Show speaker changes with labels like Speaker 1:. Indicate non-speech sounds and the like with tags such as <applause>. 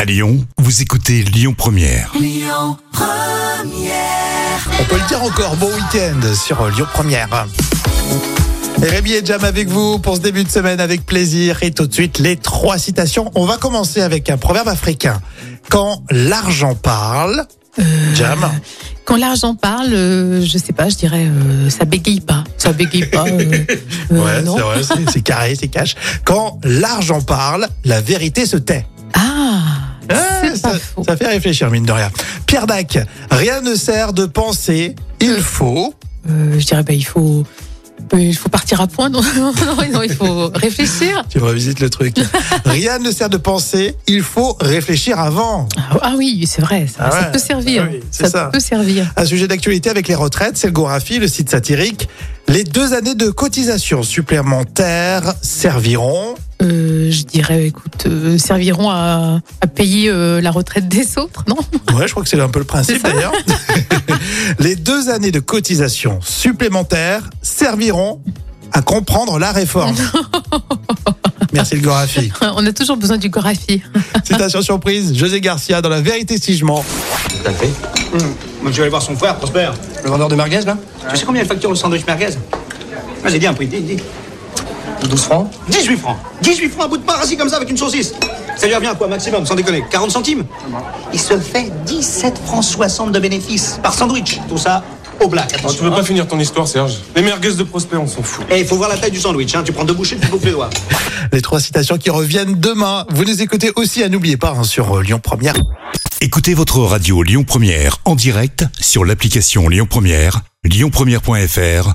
Speaker 1: À Lyon, vous écoutez Lyon Première.
Speaker 2: On peut le dire encore, bon week-end sur Lyon Première. Et Rémi et Jam avec vous pour ce début de semaine avec plaisir. Et tout de suite, les trois citations. On va commencer avec un proverbe africain. Quand l'argent parle,
Speaker 3: Euh,
Speaker 2: Jam,
Speaker 3: Quand l'argent parle, euh, je sais pas, je dirais euh, ça bégaye pas, ça bégaye pas.
Speaker 2: <laughs>
Speaker 3: euh, euh,
Speaker 2: ouais,
Speaker 3: non.
Speaker 2: c'est vrai, c'est- c'est carré, c'est cash. Quand l'argent parle, la vérité se tait.
Speaker 3: Ah,
Speaker 2: Ah,
Speaker 3: c'est
Speaker 2: ça,
Speaker 3: pas faux.
Speaker 2: ça fait réfléchir, mine de rien. Pierre Dac, rien ne sert de penser, il faut.
Speaker 3: Euh, je dirais bah il faut, euh, il faut partir à point. Non, <laughs> non, non, il faut réfléchir.
Speaker 2: Tu revisites le
Speaker 3: <laughs>
Speaker 2: truc. rien ne sert de penser, il faut réfléchir avant.
Speaker 3: Ah, ah oui, c'est vrai, ça,
Speaker 2: Ah
Speaker 3: ça
Speaker 2: ouais,
Speaker 3: peut servir.
Speaker 2: ah oui, c'est
Speaker 3: ça,
Speaker 2: ça.
Speaker 3: peut servir.
Speaker 2: Un sujet d'actualité avec les retraites, c'est le Gorafi, le site satirique. Les deux années de cotisation supplémentaires serviront.
Speaker 3: Euh, je dirais, écoute, euh, serviront à, à payer euh, la retraite des autres, non <laughs>
Speaker 2: Ouais, je crois que c'est un peu le principe d'ailleurs. <laughs> les deux années de cotisation supplémentaires serviront à comprendre la réforme. Merci le Gorafi.
Speaker 3: On a toujours besoin du Gorafi.
Speaker 2: Citation surprise, José Garcia dans La vérité si je mens.
Speaker 4: T'as le fait
Speaker 5: Moi, Je vais aller voir son frère, Prosper.
Speaker 4: Le vendeur de merguez, là
Speaker 5: Tu sais combien elle facture le sandwich merguez Ah, J'ai dit un prix, dis, dis.
Speaker 4: 12 francs
Speaker 5: 18 francs 18 francs à bout de pain, assis comme ça, avec une saucisse Ça lui revient à quoi, maximum, sans déconner 40 centimes Il se fait 17 francs 60 de bénéfices par sandwich. Tout ça au black,
Speaker 6: Oh, tu
Speaker 5: attention.
Speaker 6: veux
Speaker 5: hein.
Speaker 6: pas finir ton histoire, Serge Les merguez de Prosper, on s'en fout.
Speaker 5: Eh, il faut voir la taille du sandwich, hein. tu prends deux bouchées, tu bouffes les doigts.
Speaker 2: Les trois citations qui reviennent demain. Vous les écoutez aussi, à n'oubliez pas, hein, sur euh, Lyon Première.
Speaker 1: Écoutez votre radio Lyon Première en direct sur l'application Lyon Première, lyonpremière.fr